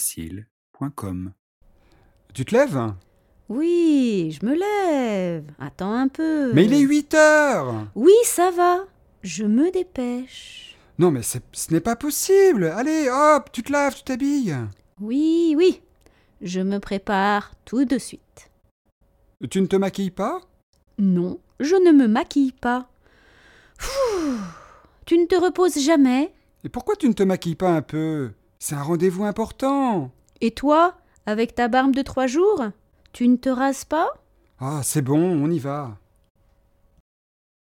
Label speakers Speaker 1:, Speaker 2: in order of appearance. Speaker 1: podcastfrancaisfacile.com.
Speaker 2: Tu te lèves
Speaker 3: Oui, je me lève. Attends un peu.
Speaker 2: Mais il est 8 heures
Speaker 3: Oui, ça va. Je me dépêche.
Speaker 2: Non, mais c'est- ce n'est pas possible Allez, hop, tu te laves, tu t'habilles
Speaker 3: Oui, oui. Je me prépare tout de suite.
Speaker 2: Tu ne te maquilles pas
Speaker 3: Non, je ne me maquille pas. Pfff. tu ne te reposes jamais.
Speaker 2: Et pourquoi tu ne te maquilles pas un peu C'est un rendez-vous important
Speaker 3: Et toi, avec ta barbe de trois jours, tu ne te rases pas
Speaker 2: Ah, c'est bon, on y va